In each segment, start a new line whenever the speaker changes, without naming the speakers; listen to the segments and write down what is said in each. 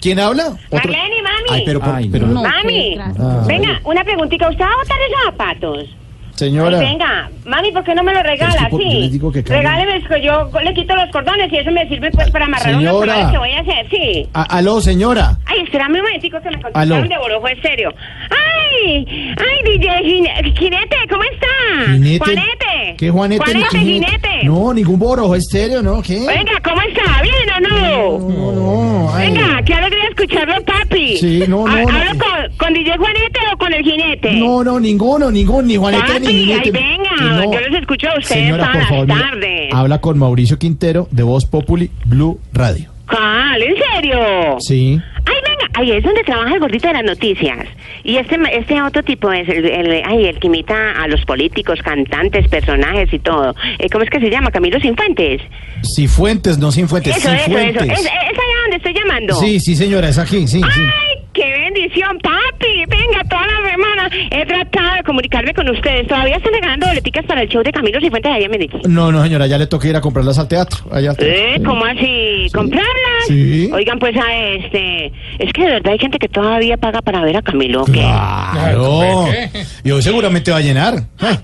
¿Quién habla? Otro-
Marlene, mami.
Ay, pero, por-
Ay, no.
pero
No.
Mami,
Ah.
venga, una preguntita. ¿Usted va a botar esos zapatos? Ay,
señora,
venga, mami, ¿por qué no me lo
Pero
regala?
es que por- yo les
Sí,
digo que cambien.
regáleme, es que yo le quito los cordones y eso me sirve pues para amarrar unos
Señora.
cordones que voy a hacer, sí.
a- aló, señora.
Ay, espérame un momentico que me
Aló.
contestaron de borojo, es serio. ¡Ay! ¡Ay, DJ Jine- Jinete, ¿cómo está?
Jinete.
Ah, ¡Juanete!
¿Qué Juanete? ni
¡Juanete,
jinete?
Jinete!
No, ningún borojo, es serio, ¿no? ¿Qué?
Venga, ¿cómo está? ¿Bien o no?
No, no, ay.
Venga, qué alegría escucharlo, papi.
Sí, no, no,
Ha-
no.
¿Hablo con, con DJ Juanete o con el jinete?
No, no, ninguno, ninguno, ni Juanete
Papi,
ni Jinete.
ay, venga,
Que
yo los escucho a ustedes
Señora,
todas
por
las
favor, mire,
tardes.
habla con Mauricio Quintero de Voz Populi Blue Radio.
¿Cuál? ¿En serio?
Sí.
Ay, venga, ahí es donde trabaja el gordito de las noticias. Y este este otro tipo es el, el- ay, el que imita a los políticos, cantantes, personajes y todo. Eh, ¿Cómo es que se llama? Camilo Sinfuentes.
Cifuentes, no Cifuentes,
Eso, eso, eso.
Cifuentes.
Es, Ah. es allá donde estoy llamando.
Sí, sí, señora, es aquí, sí, sí.
¡Ay, qué bendición, papi! Venga, toda la semana he tratado de comunicarme con ustedes. Todavía están regalando boleticas para el show de Camilo Cifuentes allá en Medellín.
No, no, señora, ya le toca ir a comprarlas al teatro. Allá al teatro.
¿Eh?
Sí.
¿Cómo así? ¿Comprarlas?
Sí.
Oigan, pues a este. Es que de verdad hay gente que todavía paga para ver a Camilo, ¿qué?
Claro. Yo seguramente va a llenar. Ah,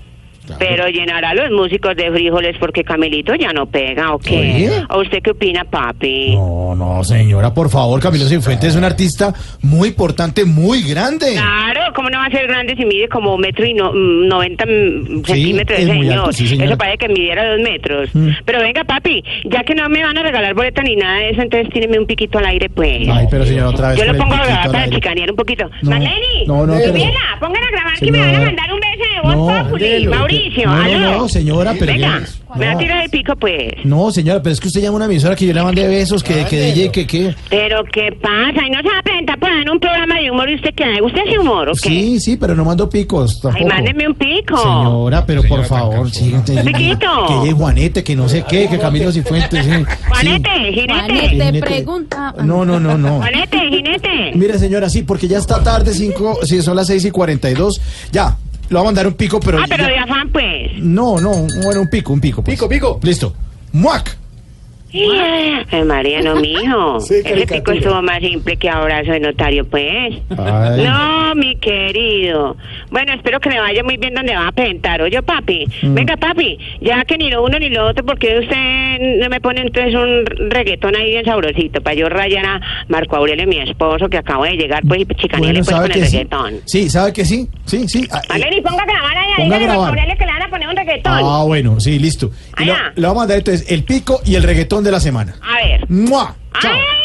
Pero llenará a los músicos de frijoles porque Camilito ya no pega, ¿o qué?
Oye.
¿A usted qué opina, papi?
No, no, señora, por favor, Camilo Cifuentes es un artista muy importante, muy grande.
Claro, ¿cómo no va a ser grande si mide como metro y no, mm, 90 mm,
Sí,
centímetros
es
ese
muy
señor?
alto, sí, señora.
eso parece que midiera dos metros.
Mm.
Pero venga, papi, ya que no me van a regalar boleta ni nada de eso, entonces tíreme un piquito al aire, pues.
Ay, pero señora, otra vez.
Yo lo
por el
pongo a
piquito
grabar
al
para
aire.
chicanear un poquito.
No,
Marlene,
no, no, pero-
subiela, pongan a grabar que me van a
Señora.
mandar un beso de voz Populi.
Ándelo, que-
Mauricio,
no,
aló.
no, no, señora, pero
Venga,
ya-
me va a
no.
tirar el pico, pues.
No, señora, pero es que usted llama a una emisora que yo le mandé besos, que, que DJ, que qué.
Pero qué pasa, y no se va a presentar por ahí en un programa de humor y usted que le gusta ese humor, ¿o qué?
Sí, sí, pero no mando picos
Ay,
tampoco.
mándeme un pico.
Señora, pero por favor, sí, sí, sí.
Chiquito.
Que llegue Juanete, que no sé qué, que Camilo Cifuentes. sí, sí.
Juanete, jinete.
Jinete.
Te pregunta.
No, no, no, no.
Juanete, jinete.
Mire, señora, sí, porque ya está tarde, cinco, sí, son las 6 y 42. Ya, lo va a mandar un pico, pero.
Ah, pero
ya-
de afán, pues.
No, no, bueno, un pico, un pico. Pico, pico. Listo. ¡Muac!
Ay, Mariano, mijo.
Sí,
Ese pico
caricatura.
estuvo más simple que abrazo de notario, pues.
Ay.
No, mi querido. Bueno, espero que le vaya muy bien donde va a presentar. Oye, papi.
Mm.
Venga, papi. Ya que ni lo uno ni lo otro, porque usted no me pone entonces un reggaetón ahí bien sabrosito? Para yo rayar a Marco Aurelio, mi esposo, que acabo de llegar, pues, y chicanearle
Bueno,
pues,
sabe
con el
que sí.
reggaetón.
Sí, sabe que sí. Sí, sí. Ah, eh,
Vale, y ponga a grabar ahí,
Ponga a
dígale a Marco
grabar.
Aurelio que le van a poner un reggaetón.
Ah, bueno, sí, listo. Y lo,
Allá.
lo vamos a mandar entonces el pico y el reggaetón de la semana.
A ver.
¡Mua! ¡Chao!
¡Ay!